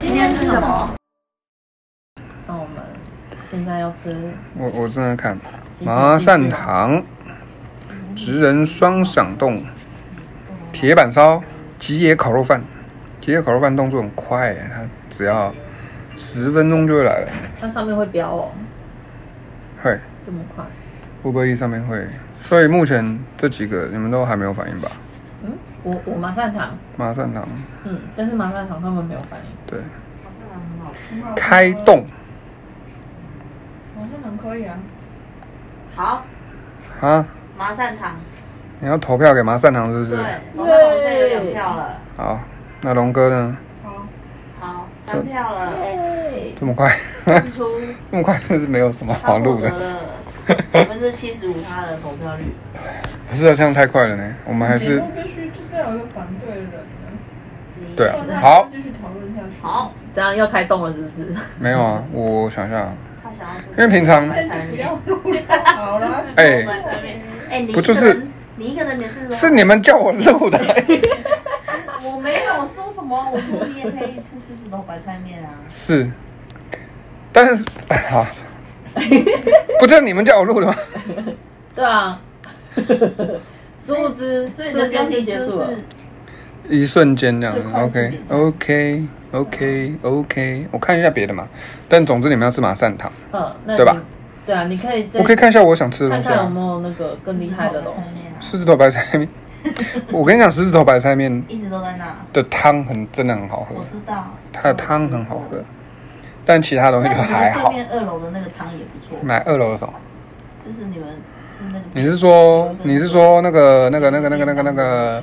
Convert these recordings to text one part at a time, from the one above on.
什么？那我们现在要吃我我正在看麻善堂、职人双响动、铁板烧、吉野烤肉饭。吉野烤肉饭动作很快耶，它只要十分钟就会来了。它上面会标哦，嘿，这么快？会不会上面会？所以目前这几个你们都还没有反应吧？嗯，我我麻善堂，麻善堂，嗯，但是麻善堂他们没有反应。对，开动麻善堂可以啊，好，啊！麻善堂，你要投票给麻善堂是不是对？，我们好像有两票了，好，那龙哥呢？好，好，三票了，这么快， 胜出，这么快真是没有什么他好获录得的。了百分之七十五他的投票率，不是啊，这样太快了呢。我们还节是目必须就是要有一个反对的人呢，你对不然大啊，好家，继续讨论下去。好，这样要开动了是不是？没有啊，我想一下啊，他想要出去因为平常买那产就不品要录了，好了，哎、买产品哎，你一不个就是人，你一个人也是是你们叫我录的，我没有说什么，我说你也可以吃狮子头白菜面啊。是，但是哎好，不就是你们叫我录的吗？ 对啊，殊不知所以你的瞬标间就题结就束了是。一瞬间这样最快速，OK 点 OK OK OK，我看一下别的嘛。但总之你们要吃马善堂，嗯，那你对吧？对啊，你可以再我可以看一下我想吃的东看西看有啊。没有那个更厉害的东西。西，狮子头白菜面，我跟你讲，狮子头白菜面一直都在那，的汤很真的很好喝我，知道。它的汤很好喝，但其他东西就那你们还对好。面二楼的那个汤也不错，买二楼的什么？就是你们吃那个。你是说你是说那个那个那个那个那个那个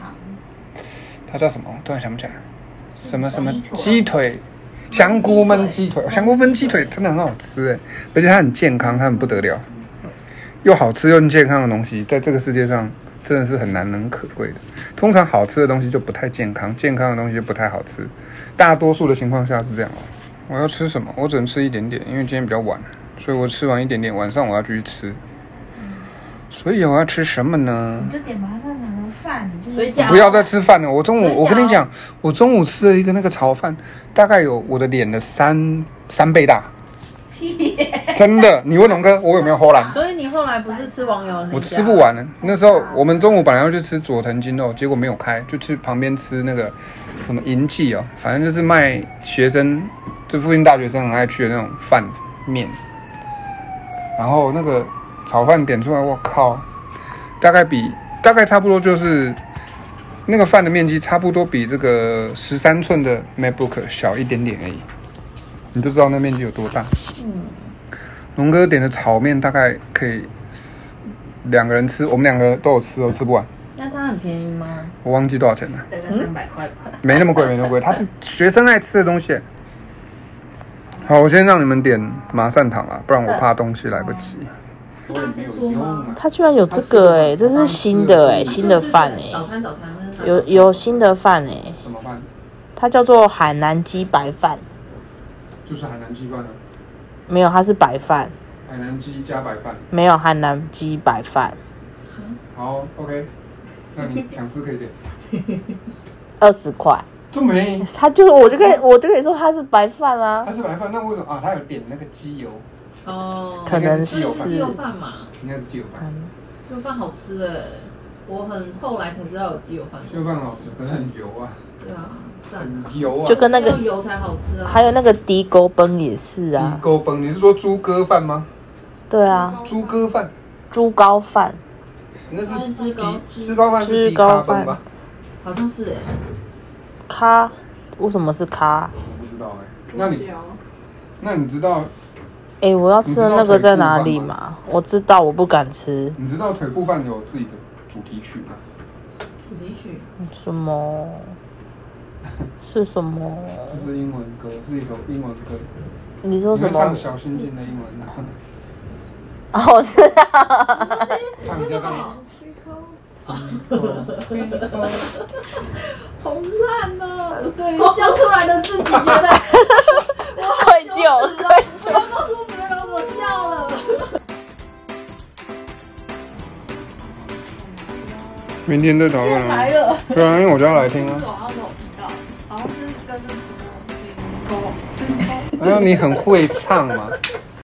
它叫什么？我突然想不起来，什么什么鸡鸡腿，香菇焖鸡腿，香菇焖鸡腿真的很好吃哎，而且它很健康，它很不得了，又好吃又健康的东西，在这个世界上真的是很难能可贵的。通常好吃的东西就不太健康，健康的东西就不太好吃，大多数的情况下是这样哦。我要吃什么？我只能吃一点点，因为今天比较晚，所以我吃完一点点，晚上我要继续吃。所以我要吃什么呢？你就点麻上堂的饭，你就水是饺不要再吃饭了。我中真假午，我跟你讲，我中午吃了一个那个炒饭，大概有我的脸的三三倍大。真的，你问龙哥，我有没有偷懒？所以你后来不是吃网友那家？啊我吃不完了。那时候我们中午本来要去吃佐藤金肉，结果没有开，就去旁边吃那个什么银记哦，反正就是卖学生，就附近大学生很爱去的那种饭面。然后那个炒饭点出来，我靠，大概比大概差不多就是那个饭的面积差不多比这个十三寸的 MacBook 小一点点而已，你就知道那面积有多大。嗯龙哥点的炒面大概可以两个人吃，我们两个都有吃，都吃不完。那它很便宜吗？我忘记多少钱了，大概三百块吧。没那么贵，没那么贵，它是学生爱吃的东西。好，我先让你们点麻善堂啊，不然我怕东西来不及。它居然有这个哎、这是新的哎、新的饭欸哎、早餐早餐那是有有新的饭哎、什么饭？它叫做海南鸡白饭，就是海南鸡饭啊，没有，它是白饭，海南鸡加白饭。没有海南鸡白饭，好，OK，那你想吃可以点，二十块。这么便宜。它就我就可以嗯我就可以说它是白饭啊啦、它是白饭，那为什么啊？它有点那个鸡油，哦，可能鸡是油饭鸡油饭嘛，应该是鸡油饭。鸡油饭好吃哎、我很后来才知道有鸡油饭。鸡油饭好吃，可是很油啊，对啊，赞啊！很油啊。就跟那个要油才好吃啊。还有那个低沟崩也是啊地，沟崩，你是说猪哥饭吗？对啊，猪哥饭，猪高饭那是芝芝高迪芝高饭是迪芝高卡饭饭吧？好像是哎、咖，为什么是咖？我不知道哎、那你那你知道哎、我要吃的那个在哪你里知道吗？我知道，我不敢吃你知道腿部饭有自己的主题曲吗？主题曲什么，是什么？就是英文歌，是一首英文歌。你你说会什唱么《。小星星》的英文歌？啊，我知道，唱一下唱。好烂哦、对于笑出来的自己觉得 愧 疚，愧疚。我告诉别人我笑了。明天再讨论啊来了，对啊，因为我就要来听啊。好像是跟那什么，跟哎然后你很会唱嘛，